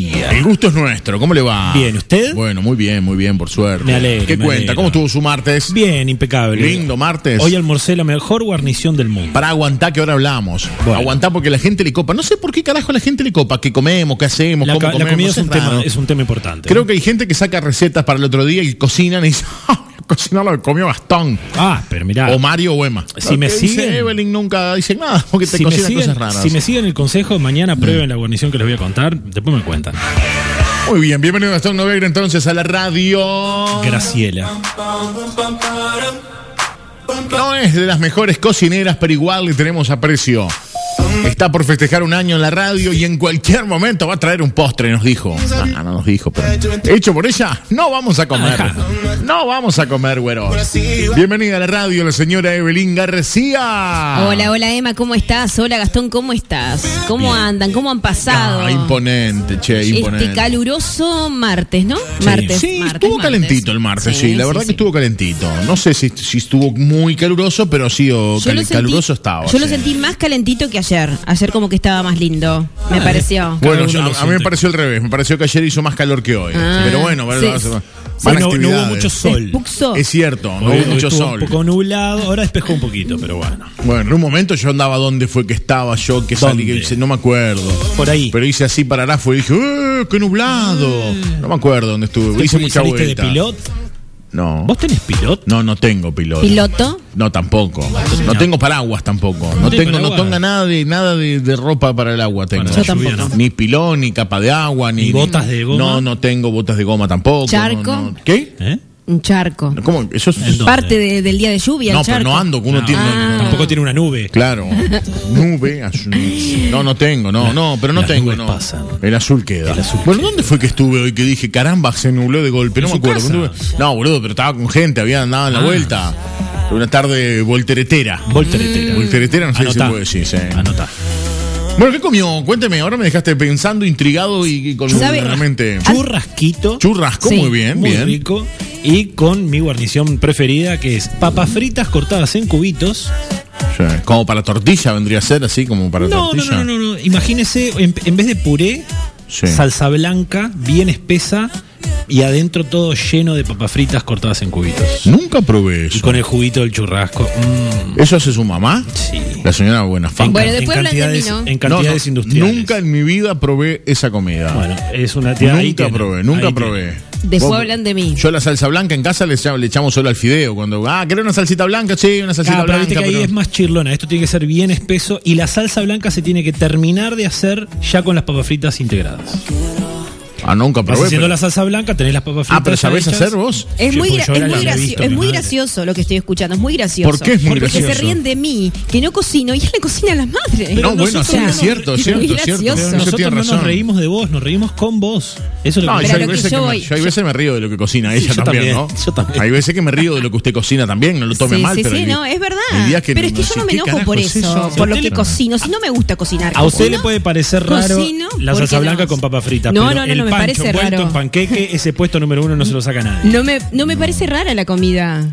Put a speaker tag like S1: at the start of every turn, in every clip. S1: El gusto es nuestro. ¿Cómo le va?
S2: Bien, ¿usted?
S1: Bueno, muy bien, muy bien, por suerte.
S2: Me alegro,
S1: ¿Qué
S2: me
S1: cuenta?
S2: alegro.
S1: ¿Cómo estuvo su martes?
S2: Bien, impecable.
S1: Lindo martes.
S2: Hoy almorcé la mejor guarnición del mundo.
S1: Para aguantar que ahora hablamos.
S2: Bueno.
S1: Aguantar porque la gente le copa. No sé por qué carajo la gente le copa. ¿Qué comemos? ¿Qué hacemos?
S2: La,
S1: ¿Cómo
S2: ca- la
S1: comemos?
S2: comida es
S1: No sé,
S2: un,
S1: raro.
S2: tema, es un tema importante.
S1: Creo que hay gente que saca recetas para el otro día y cocinan y dicen, "Ah, cocinó lo que comió Gastón.
S2: Ah, pero mirá.
S1: O Mario o Emma.
S2: Si me
S1: ¿Qué dice
S2: siguen-
S1: Evelyn nunca dice nada porque te
S2: si, me
S1: cocinan
S2: siguen,
S1: cosas raras. Mm.
S2: si me siguen el consejo, mañana prueben la guarnición que les voy a contar. Después me cuentan.
S1: Ah. Muy bien, bienvenido Gastón Nogueira entonces a la radio.
S2: Graciela.
S1: No es de las mejores cocineras, pero igual le tenemos aprecio. Está por festejar un año en la radio y en cualquier momento va a traer un postre, nos dijo. No, no nos dijo, pero. Hecho por ella, no vamos a comer.
S2: Ajá.
S1: No vamos a comer, güero. Bienvenida a la radio, la señora Evelyn García.
S3: Hola, hola Emma, ¿cómo estás? Hola Gastón, ¿cómo estás? ¿Cómo
S1: Bien.
S3: andan? ¿Cómo han pasado?
S1: Ah, imponente, che,
S3: este
S1: imponente.
S3: caluroso martes, ¿no? Martes.
S1: Sí,
S3: martes,
S1: estuvo
S3: martes.
S1: calentito el martes, sí, la verdad
S3: sí,
S1: que
S3: sí.
S1: estuvo calentito. No sé si, si estuvo muy caluroso, pero sí, o
S3: Yo
S1: cal-
S3: lo sentí-
S1: caluroso estaba.
S3: Yo lo
S1: sí.
S3: sentí más calentito que ayer. Ayer como que estaba más lindo, me pareció.
S2: Cada
S1: Bueno,
S2: uno
S1: yo- a,
S2: lo
S1: a mí
S2: siente.
S1: me pareció al revés. Me pareció que ayer hizo más calor que hoy.
S3: Ah,
S1: Pero bueno, van-
S3: sí.
S1: van- van
S2: Hoy no- no, hubo
S1: actividades.
S2: mucho
S3: Se
S2: sol.
S3: expuxó.
S1: Es cierto, no
S2: Hoy-
S1: hubo
S2: hoy
S1: mucho
S2: estuvo
S1: sol.
S2: Un poco nublado. Ahora despejó un poquito, pero bueno.
S1: Bueno, en un momento yo andaba donde fue que estaba yo, que salí, que
S2: ¿Dónde?
S1: hice, no me acuerdo.
S2: Por ahí.
S1: Pero hice así para abajo y dije, ¡eh, qué nublado! No me acuerdo dónde estuve, hice
S2: Mm. ¿Te-
S1: mucha
S2: ¿Saliste
S1: vuelta.
S2: de pilot?
S1: No.
S2: ¿Vos tenés pilot?
S1: No, no tengo piloto.
S3: Piloto.
S1: No, tampoco. No tengo paraguas tampoco. No,
S2: No tiene
S1: tengo, no
S2: paraguas.
S1: tengo nada de nada de, de ropa para el agua tengo.
S2: Para
S3: Yo tampoco.
S2: lluvia, ¿no?
S1: Ni pilón, ni capa de agua, ni.
S2: Ni botas de goma.
S1: No, no tengo botas de goma tampoco.
S3: Charco.
S1: no, no. ¿Qué?
S2: ¿Eh?
S3: Un charco.
S1: ¿Cómo? Eso es-
S2: El dónde?
S3: Parte de- del día de lluvia,
S1: No,
S3: el
S1: pero
S3: charco.
S1: no ando, que uno
S2: No.
S1: tiene.
S3: Ah.
S2: Tampoco tiene una nube.
S1: Claro, nube, azul. No, no tengo, no, no, pero no
S2: las
S1: tengo.
S2: nubes
S1: no.
S2: pasan.
S1: El azul queda.
S2: El azul
S1: bueno, ¿dónde fue que estuve hoy que dije, caramba, se nubló de golpe? No me
S2: su
S1: acuerdo.
S2: casa.
S1: Estuve- No, boludo, pero estaba con gente, había andado en la
S2: Ah.
S1: vuelta. Una tarde volteretera.
S2: Volteretera.
S1: Volteretera, no sé si
S2: Mm. Anotá.
S1: se puede decir. sí.
S2: Anotá.
S1: Bueno, ¿qué comió? Cuénteme, ahora me dejaste pensando, intrigado y, y con
S3: ¿Sabe?
S1: la mente.
S2: Churrasquito.
S1: Churrasco,
S3: Sí,
S1: muy bien,
S2: Ah. muy
S1: bien.
S2: rico. Y con mi guarnición preferida, que es papas fritas cortadas en cubitos.
S1: Sí. Como para tortilla vendría a ser, así como para
S2: No, no,
S1: tortilla.
S2: no, no, no. Imagínese, en, en vez de puré,
S1: Sí.
S2: salsa blanca, bien espesa, y adentro todo lleno de papas fritas cortadas en cubitos.
S1: Nunca probé
S2: Y
S1: eso.
S2: con el juguito del churrasco. Mm,
S1: ¿Eso hace su mamá?
S2: sí.
S1: La señora Buenafuente.
S3: Bueno, después hablan de
S2: cantidades,
S3: mí, ¿no?
S2: en
S1: No,
S2: cantidades
S1: no,
S2: industriales.
S1: Nunca en mi vida probé esa comida.
S2: Bueno, es una tía. ahí
S1: nunca
S2: tiene,
S1: probé, nunca
S2: ahí
S1: probé.
S2: tiene.
S3: Después
S1: Vos-
S3: hablan de mí.
S1: Yo la salsa blanca en casa le, echa- le echamos solo al fideo. Cuando, ah, ¿querés una salsita blanca? Sí, una salsita
S2: Ah, pero
S1: blanca.
S2: viste que ahí
S1: pero-
S2: es más chirlona. Esto tiene que ser bien espeso y la salsa blanca se tiene que terminar de hacer ya con las papas fritas integradas.
S1: Ah, nunca
S2: Vas
S1: probé.
S2: haciendo
S1: pero-
S2: la salsa blanca, tenés las papas fritas.
S1: Ah, pero
S2: ya
S1: ¿sabés
S2: hechas.
S1: hacer vos?
S3: Es
S2: Sí,
S3: muy,
S2: porque
S3: gra-
S2: yo
S3: es
S2: la-
S3: muy,
S2: la he
S3: gracio-
S2: visto,
S3: es
S2: mi
S3: muy
S2: madre.
S3: gracioso lo que estoy escuchando, es muy gracioso.
S1: ¿Por qué es muy
S3: Porque
S1: gracioso?
S3: se ríen de mí, que no cocino, y ella le cocina a las madres.
S2: Pero
S1: No, bueno,
S2: nosotros
S1: sí,
S2: no
S1: es
S2: nos-
S1: cierto, es
S3: es
S1: cierto,
S3: muy
S1: es cierto.
S3: gracioso.
S1: Eso
S2: Nosotros
S1: tiene
S2: no
S1: razón.
S2: nos reímos de vos, nos reímos con vos. Eso es lo
S1: No,
S2: que
S1: y
S2: me
S1: yo
S3: Pero
S1: hay
S3: lo que
S1: veces que,
S3: yo
S1: me,
S3: voy-
S1: yo hay veces me río de lo que cocina ella
S2: Yo
S1: también,
S2: también,
S1: ¿no?
S2: yo también.
S1: Hay veces que me río de lo que usted cocina también, no lo tome
S3: sí,
S1: mal,
S3: sí,
S1: pero
S3: sí,
S1: hay-
S3: no, es
S1: hay
S3: verdad.
S1: días que
S3: pero es que
S1: no
S3: yo no
S1: sé
S3: me
S1: qué
S3: enojo
S1: carajo
S3: por
S1: es
S3: eso,
S1: eso. Ah.
S3: por lo que
S2: Pero-
S3: cocino. Si no me gusta cocinar.
S2: A usted
S3: cocino,
S2: le puede parecer raro
S3: cocino,
S2: la
S3: ¿por
S2: salsa
S3: qué no?
S2: blanca con papas fritas.
S3: No,
S2: pero
S3: no, no,
S2: el
S3: no, me
S2: pancho
S3: parece
S2: envuelto
S3: raro.
S2: en panqueque, ese puesto número uno no se lo saca nadie.
S3: No me, no me parece rara la comida.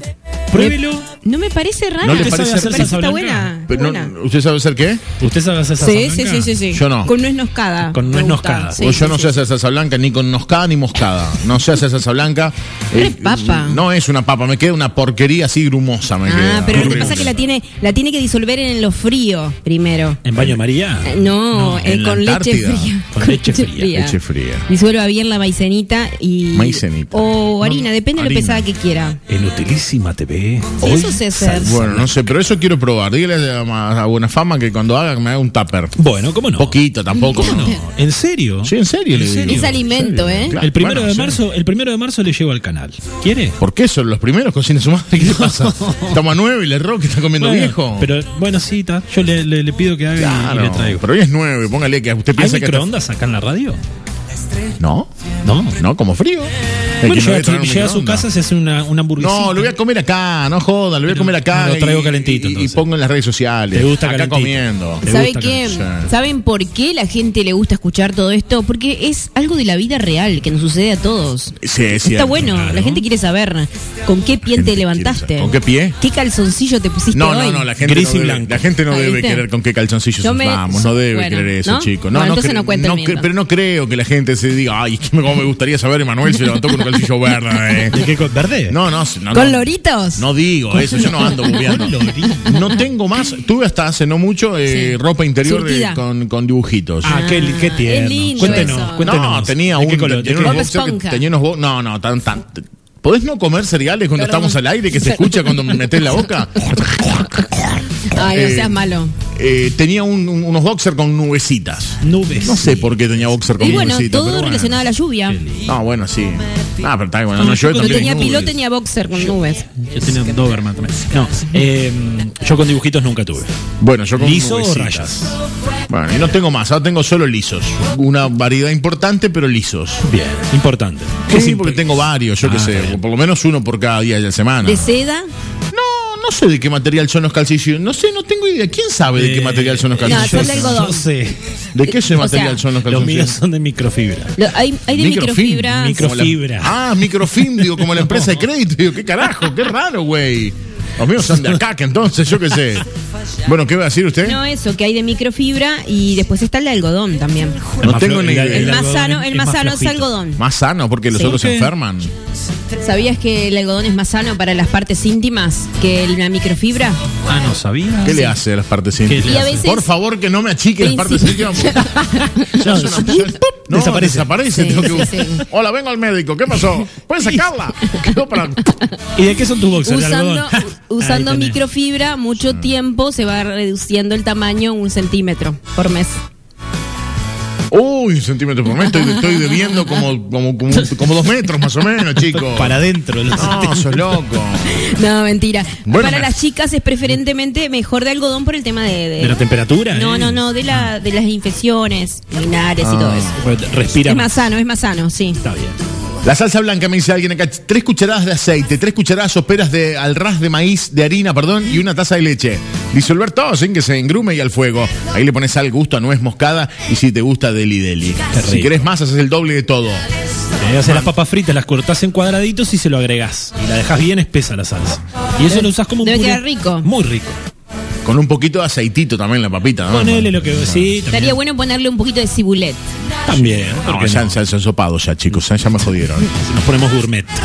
S2: Pruébelo.
S3: No me parece rara.
S1: ¿No le
S3: Me
S1: parece
S3: parece
S1: hacer
S2: salsa
S3: está
S2: blanca?
S3: buena.
S1: Pero no-
S3: buena.
S1: ¿Usted sabe hacer qué?
S2: ¿Usted sabe hacer salsa
S3: Sí, sí,
S2: blanca?
S3: sí, sí, sí.
S1: Yo no. Ah,
S3: Con nuez noscada.
S2: Con
S3: me
S2: nuez
S3: gusta.
S2: noscada.
S3: Sí,
S1: O yo
S3: sí,
S1: no
S3: sí.
S1: sé hacer salsa blanca ni con noscada ni moscada. No sé hacer salsa blanca. Eh,
S3: Pero es papa.
S1: No es una papa, me queda una porquería así grumosa. Me
S3: Ah,
S1: queda.
S3: pero lo que
S1: Horrible.
S3: pasa es que la tiene, la tiene que disolver en lo frío primero.
S2: ¿En baño María?
S3: Eh, No, eh,
S1: en la
S3: con leche
S1: Antártida.
S3: fría.
S2: Con leche fría,
S1: leche fría.
S3: Disuelva bien la maicenita y.
S1: Maicenita.
S3: O harina,
S1: No,
S3: depende de
S1: harina.
S3: lo pesada que quiera.
S2: En Utilísima TV.
S3: Sí,
S2: hoy
S3: eso sé hacer.
S2: sal-
S1: Bueno, no sé, pero eso quiero probar. Dígale a, a Buena Fama que cuando haga me haga un tupper.
S2: Bueno, ¿cómo no?
S1: Poquito, tampoco.
S2: ¿Cómo no? ¿En serio?
S1: Sí, en serio le digo.
S3: Es alimento, ¿eh?
S1: Claro.
S2: El primero,
S1: Bueno,
S2: de
S1: sí.
S2: marzo, el primero de marzo le llevo al canal. ¿Quiere?
S1: ¿Por qué son los primeros cocina su madre? ¿Qué le pasa? Estamos a nueve y le erró que está comiendo
S2: Bueno,
S1: viejo.
S2: Pero bueno, sí, está. yo le, le- le pido que haga y-
S1: Claro,
S2: y le traigo.
S1: pero hoy es nueve, póngale que usted
S2: ¿Hay
S1: piensa que...
S2: microondas acá en la radio?
S1: hasta- No,
S2: No.
S1: no, como frío. El
S2: Bueno,
S1: que no
S2: llega,
S1: debe traer un
S2: llega a su
S1: microondas.
S2: casa, se hace una, una hamburguesita.
S1: No, lo voy a comer acá, no joda, lo voy a
S2: Pero
S1: comer acá.
S2: lo traigo
S1: y-
S2: calentito,
S1: y- Y,
S2: entonces.
S1: pongo en las redes sociales.
S2: Te gusta
S1: acá
S2: calentito.
S1: comiendo.
S2: Te
S3: ¿Sabe
S2: gusta
S3: qué?
S1: conocer.
S3: ¿Saben por qué la gente le gusta escuchar todo esto? Porque es algo de la vida real que nos sucede a todos.
S1: Sí, es
S3: Está
S1: cierto.
S3: bueno,
S2: claro.
S3: la gente quiere saber con qué pie
S1: gente
S3: te
S1: quiere
S3: levantaste.
S1: saber. ¿Con qué pie?
S3: ¿Qué calzoncillo te pusiste
S1: No,
S3: hoy?
S1: no, no, la gente
S2: Gris
S1: no
S2: y
S1: debe,
S2: blanco.
S1: la gente no
S3: Ah,
S1: debe
S3: ¿viste?
S1: querer con qué calzoncillos
S3: Yo
S1: nos
S3: me-
S1: vamos, no debe
S3: bueno,
S1: querer eso,
S3: ¿no?
S1: chicos. No,
S3: Bueno,
S1: no
S3: entonces
S1: cre-
S3: no cuenta el
S1: cre-
S3: miento.
S1: pero no creo que la gente gente se diga, ay, que me- cómo me gustaría saber, Emanuel se levantó con un calcillo verde. eh".
S2: ¿De qué co- verde?
S1: No, no, no, no.
S3: ¿Con loritos?
S1: No digo eso, yo no ando bobeando. No tengo más, tuve hasta hace no mucho eh,
S3: Sí.
S1: ropa interior de-
S3: Surtida.
S1: con, con dibujitos.
S2: Ah, qué, li- qué
S3: Ah,
S2: tierno.
S3: es lindo
S2: cuéntenos,
S3: eso.
S2: cuéntenos.
S1: No, tenía
S2: ¿De
S1: un.
S2: qué
S1: tenía
S2: color? ¿De qué
S1: unos
S3: Bob
S1: boxers que
S3: Esponja.
S1: tenía unos bo- No, no, tan, tan. ¿Podés no comer cereales cuando
S3: Perdón.
S1: estamos al aire que se escucha cuando me metés la boca?
S3: Ay, no
S1: Eh,
S3: seas malo.
S1: Eh, tenía un- un- unos boxers con nubecitas.
S2: Nubes.
S1: No sé por qué tenía boxer con
S3: Y bueno,
S1: nubecitas.
S3: todo
S1: pero bueno.
S3: relacionado a la lluvia.
S1: No, bueno, sí. Ah, pero está bueno,
S2: No,
S1: no llueve
S2: yo cuando
S3: Cuando
S1: también.
S3: tenía
S1: hay nubes. Ah.
S3: piloto tenía boxer con nubes.
S2: Yo tenía un Doberman también. No, eh, yo con dibujitos nunca tuve.
S1: Bueno, yo con
S2: ¿Liso o
S1: nubecitas.
S2: rayas?
S1: Bueno, y no tengo más, ahora tengo solo lisos. Una variedad importante, pero lisos.
S2: Bien, importante.
S1: Sí,
S2: Es imp-
S1: porque tengo varios, yo qué
S2: Ah,
S1: sé,
S2: bien.
S1: por lo menos uno por cada día de la semana.
S3: ¿De seda?
S1: No, no sé de qué material son los calcillos. No sé, no tengo idea. ¿Quién sabe de qué
S2: Eh,
S1: material son los
S2: yo
S3: No, son
S1: calcillos?
S3: de
S2: sé,
S3: algodón.
S2: Yo sé.
S1: ¿De qué ese
S3: O
S1: material
S3: sea,
S1: son los
S2: Los míos
S1: calcillos?
S2: son de microfibra.
S3: Lo- hay, hay
S1: Microfilm,
S3: de microfibra.
S2: micro-
S1: Como la-
S2: Microfibra.
S1: ah, microfilm, digo, como la empresa de crédito. Digo, qué carajo, qué raro, güey. Los míos son de acá, que entonces, yo qué sé. Bueno, ¿qué va a decir usted?
S3: No, eso, que hay de microfibra y después está el de algodón también.
S1: No
S2: más
S1: tengo
S2: flo-
S1: ni
S2: el-
S1: idea.
S3: El, más
S2: algodón
S3: sano, el
S2: es
S3: más
S2: más
S3: sano es
S2: flojito.
S3: algodón.
S1: Más sano, porque los
S3: Sí.
S1: otros se
S2: Porque-
S1: enferman.
S3: ¿Sabías que el algodón es más sano para las partes íntimas que la microfibra?
S2: Ah, no sabía.
S1: ¿Qué le hace a las partes
S2: ¿Qué
S1: íntimas?
S2: le Y a
S3: hace? veces-
S1: Por favor, que no me achique las partes
S3: Principio-
S1: íntimas. Ya es una- No,
S2: Desaparece.
S1: desaparece,
S3: Sí,
S1: tengo que-
S3: sí, sí.
S1: Hola, vengo al médico. ¿Qué pasó? ¿Puedes sacarla? Quedó para.
S2: ¿Y de qué son tus boxers? de
S3: Usando,
S2: algodón?
S3: usando
S2: Ahí tenés.
S3: microfibra
S1: Ah.
S3: mucho tiempo se va reduciendo el tamaño un centímetro por mes.
S1: Uy, un centímetro por mes. Estoy, estoy bebiendo como, como, como, como dos metros más o menos, chicos.
S2: Para adentro. los-
S3: Ah,
S1: No, sos loco.
S3: No, mentira.
S1: Bueno,
S3: Para
S1: me-
S3: las chicas es preferentemente mejor de algodón por el tema de...
S2: ¿De la temperatura?
S3: No,
S2: eh?
S3: no, no, de,
S1: Ah.
S3: la, de las infecciones lunares y todo eso.
S2: Bueno, pues, Respira.
S3: Es más sano, es más sano, sí.
S2: Está bien.
S1: La salsa blanca me dice alguien acá. Tres cucharadas de aceite, tres cucharadas soperas de al ras de maíz, de harina, perdón, y una taza de leche. Disolver todo sin que se engrume y al fuego. Ahí le pones al gusto a nuez moscada y si te gusta deli deli. Si
S2: rico.
S1: querés más, haces el doble de todo.
S2: Te Eh, haces las papas fritas, las cortás en cuadraditos y se lo agregás. Y la dejás bien espesa la salsa. Y eso lo usás como un
S3: Debe
S2: puré.
S3: quedar rico.
S2: Muy rico.
S1: Con un poquito de aceitito también la papita, ¿no?
S2: Ponele lo que sí. También.
S3: Estaría bueno ponerle un poquito de cibulet.
S2: también
S1: No,
S2: ¿por qué
S1: ya,
S2: no?
S1: ya, ya ensopado ya, chicos. Ya, ya me jodieron.
S2: Nos ponemos gourmet.